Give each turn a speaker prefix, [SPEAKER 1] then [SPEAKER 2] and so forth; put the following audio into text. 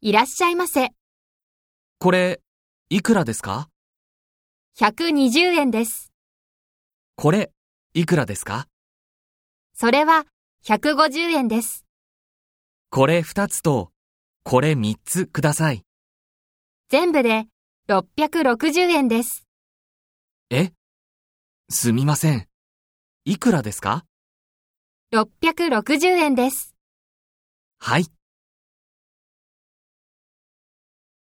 [SPEAKER 1] いらっしゃいませ。
[SPEAKER 2] これ、いくらですか
[SPEAKER 1] 120円です。
[SPEAKER 2] これ、いくらですか
[SPEAKER 1] それは150円です。
[SPEAKER 2] これ二つと、これ三つください。
[SPEAKER 1] 全部で660円です。
[SPEAKER 2] えすみません。いくらですか
[SPEAKER 1] 660円です。
[SPEAKER 2] はい。